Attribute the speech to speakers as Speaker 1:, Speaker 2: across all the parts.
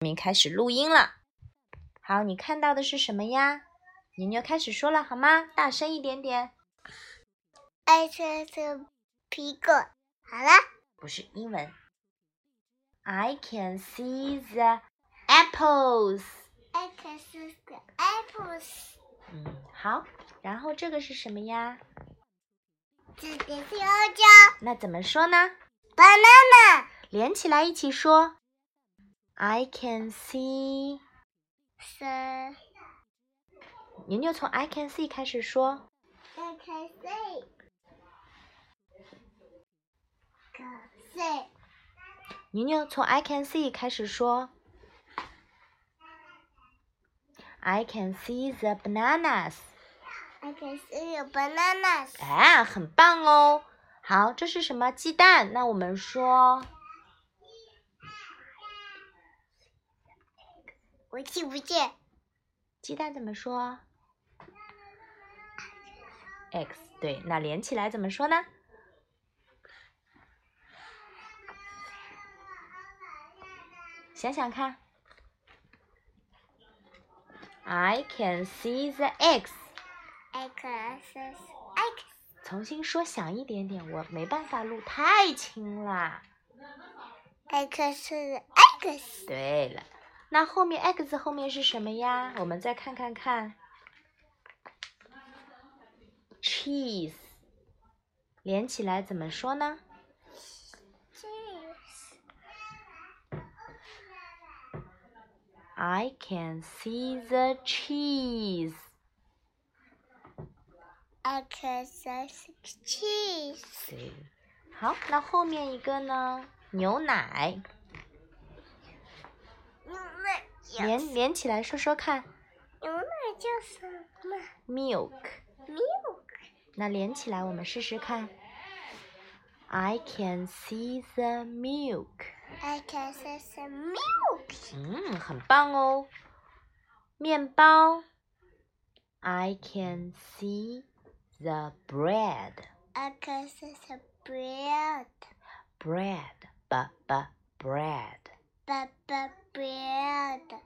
Speaker 1: 我们开始录音了。好，你看到的是什么呀？牛牛开始说了，好吗？大声一点点。
Speaker 2: I can see people。好了，
Speaker 1: 不是英文。I can see the apples。
Speaker 2: I can see the apples。
Speaker 1: 嗯，好。然后这个是什么呀？
Speaker 2: 这个是香蕉
Speaker 1: 那怎么说呢？
Speaker 2: ，banana。
Speaker 1: 连起来一起说。I can see。
Speaker 2: 是 I
Speaker 1: 牛牛从 I can see 开始说。
Speaker 2: can see。可是
Speaker 1: 牛牛从 I can see 开始说。I can see the bananas。
Speaker 2: I can see the bananas。
Speaker 1: 啊，很棒哦！好，这是什么？鸡蛋。那我们说
Speaker 2: 我听不见。
Speaker 1: 鸡蛋怎么说？x 对，那连起来怎么说呢？想想看，I can see the x。
Speaker 2: I can see I can
Speaker 1: 重新说响一点点，我没办法录太轻啦。
Speaker 2: I can see the eggs。
Speaker 1: 对了，那后面 x 后面是什么呀？我们再看看看，cheese 连起来怎么说呢？
Speaker 2: Cheese。
Speaker 1: I can see the cheese。
Speaker 2: I can see the cheese。
Speaker 1: 对，好，那后面一个呢？牛奶，
Speaker 2: 牛奶
Speaker 1: 连连起来说说看
Speaker 2: 牛奶叫什么
Speaker 1: ，milk。
Speaker 2: ？Milk。
Speaker 1: 那连起来我们试试看。I can see the milk。
Speaker 2: I can see the milk.
Speaker 1: 嗯，很棒哦。面包。I can see the bread.
Speaker 2: I can see the bread.
Speaker 1: Bread. B b bread.
Speaker 2: Baba bread.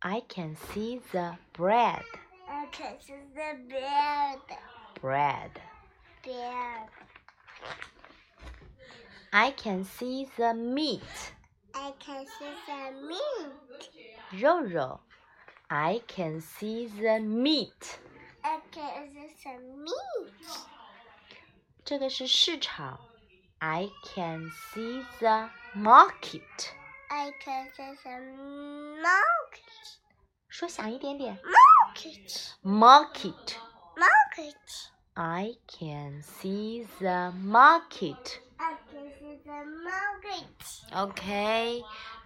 Speaker 1: I can see the bread.
Speaker 2: I can see the bread.
Speaker 1: Bread.
Speaker 2: Bread.
Speaker 1: I can see the meat.
Speaker 2: I can see the meat.
Speaker 1: 肉肉。I can see the meat.
Speaker 2: I can see the meat.
Speaker 1: 这个是市场。I can see the market.
Speaker 2: I can see the market.
Speaker 1: 说响一点点。
Speaker 2: Market.
Speaker 1: Market.
Speaker 2: Market.
Speaker 1: I can see the market.
Speaker 2: I can see the market.
Speaker 1: Okay.